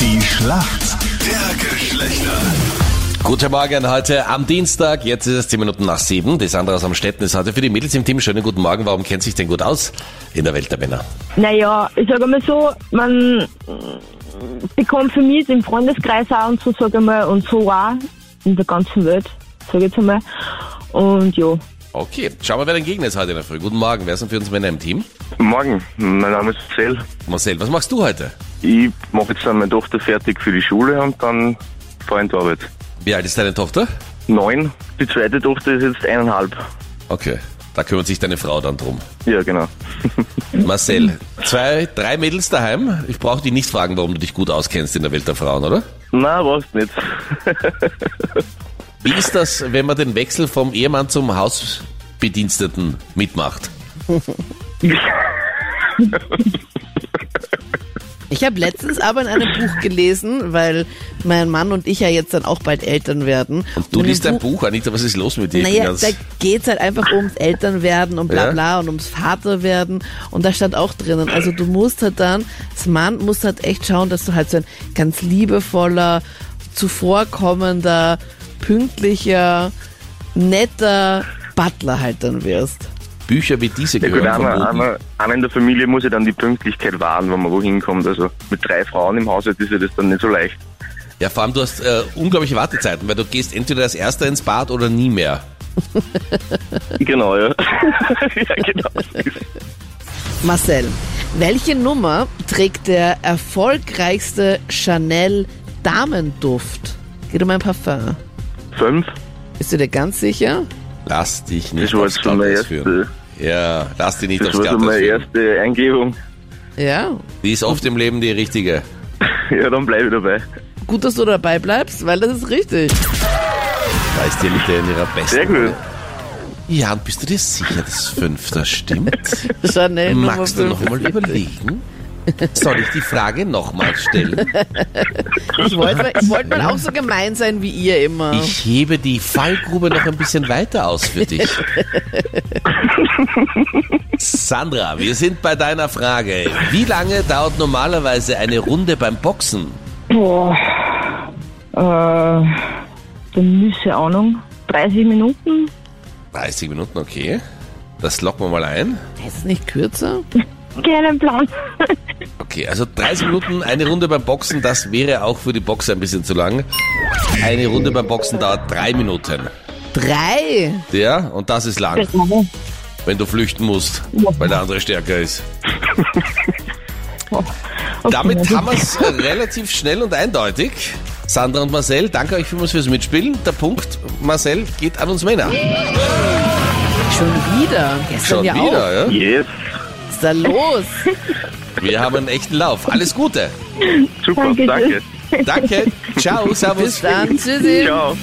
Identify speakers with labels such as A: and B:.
A: Die Schlacht der Geschlechter.
B: Guten Morgen heute am Dienstag. Jetzt ist es 10 Minuten nach 7. Das andere aus am Städten ist heute für die Mädels im Team. Schönen guten Morgen. Warum kennt sich denn gut aus in der Welt der Männer?
C: Naja, ich sage mal so, man äh, bekommt für mich im Freundeskreis auch und so, sage ich mal, und so auch in der ganzen Welt, sage ich jetzt einmal. Und ja,
B: Okay, schauen wir, wer dein Gegner ist heute in der Früh. Guten Morgen. Wer ist denn für uns Männer im Team?
D: Morgen, mein Name ist Zell.
B: Marcel, was machst du heute?
D: Ich mache jetzt dann meine Tochter fertig für die Schule und dann fahre ich in die Arbeit.
B: Wie alt ist deine Tochter?
D: Neun. Die zweite Tochter ist jetzt eineinhalb.
B: Okay, da kümmert sich deine Frau dann drum.
D: Ja, genau.
B: Marcel, zwei, drei Mädels daheim. Ich brauche dich nicht fragen, warum du dich gut auskennst in der Welt der Frauen, oder?
D: Na, warst nicht.
B: Wie ist das, wenn man den Wechsel vom Ehemann zum Hausbediensteten mitmacht?
E: Ich habe letztens aber in einem Buch gelesen, weil mein Mann und ich ja jetzt dann auch bald Eltern werden.
B: Und du
E: in dem
B: liest ein Buch, Anita, was ist los mit dir? Ich bin
E: Naja,
B: ganz-
E: da geht's halt einfach ums Elternwerden und bla
B: Ja.
E: bla und ums Vaterwerden. Und da stand auch drinnen, also du musst halt dann, das Mann muss halt echt schauen, dass du halt so ein ganz liebevoller, zuvorkommender, pünktlicher, netter Butler halt dann wirst.
B: Bücher wie diese
D: Ja, gut,
B: gehören
D: einer,
B: verboten.
D: einer, einer in der Familie muss ja dann die Pünktlichkeit wahren, wenn man wohin kommt. Also mit drei Frauen im Haushalt ist ja das dann nicht so leicht.
B: Ja, vor allem du hast äh, unglaubliche Wartezeiten, weil du gehst entweder als Erster ins Bad oder nie mehr.
D: Genau, ja. ja, genau.
E: Marcel, welche Nummer trägt der erfolgreichste Chanel Damenduft? Geht um ein Parfum.
D: Fünf?
E: Bist du dir ganz sicher?
B: Lass dich
D: Das
B: nicht
D: war
B: aufs
D: jetzt schon meine
B: Glatteis führen.
D: erste,
B: Ja, lass dich nicht
D: das
B: aufs
D: war so
B: Glatteis
D: meine
B: führen.
D: erste Eingebung.
E: Ja.
B: Die ist oft im Leben die richtige.
D: Ja, dann bleibe ich dabei.
E: Gut, dass du dabei bleibst, weil das ist richtig.
B: Da ist die Elite in ihrer besten.
D: Sehr gut.
B: Ja, und bist du dir sicher, dass fünf das stimmt?
E: Chanel Nummer
B: Magst du noch
E: 5.
B: mal überlegen? Soll ich die Frage nochmal stellen?
E: Ich wollte ich wollte mal auch so gemein sein wie ihr immer.
B: Ich hebe die Fallgrube noch ein bisschen weiter aus für dich. Sandra, wir sind bei deiner Frage. Wie lange dauert normalerweise eine Runde beim Boxen?
C: boah, äh, dann müsse Ahnung, 30 Minuten?
B: 30 Minuten, okay. Das locken wir mal ein.
E: Ist es nicht kürzer?
C: Keinen Plan.
B: Okay, also 30 Minuten, eine Runde beim Boxen, das wäre auch für die Boxer ein bisschen zu lang. Eine Runde beim Boxen dauert drei Minuten.
E: Drei.
B: Ja, und das ist lang, wenn du flüchten musst, weil der andere stärker ist. Damit haben wir es relativ schnell und eindeutig. Sandra und Marcel, danke euch vielmals fürs Mitspielen. Der Punkt, Marcel, geht an uns Männer.
E: Schon wieder. Gestern
B: Schon
E: ja auch.
B: wieder, ja?
D: Yes,
E: Was ist da los?
B: Wir haben einen echten Lauf. Alles Gute.
D: super,
C: Danke,
D: danke.
B: Danke. Ciao, servus.
E: Bis dann. Tschüssi.
D: Ciao.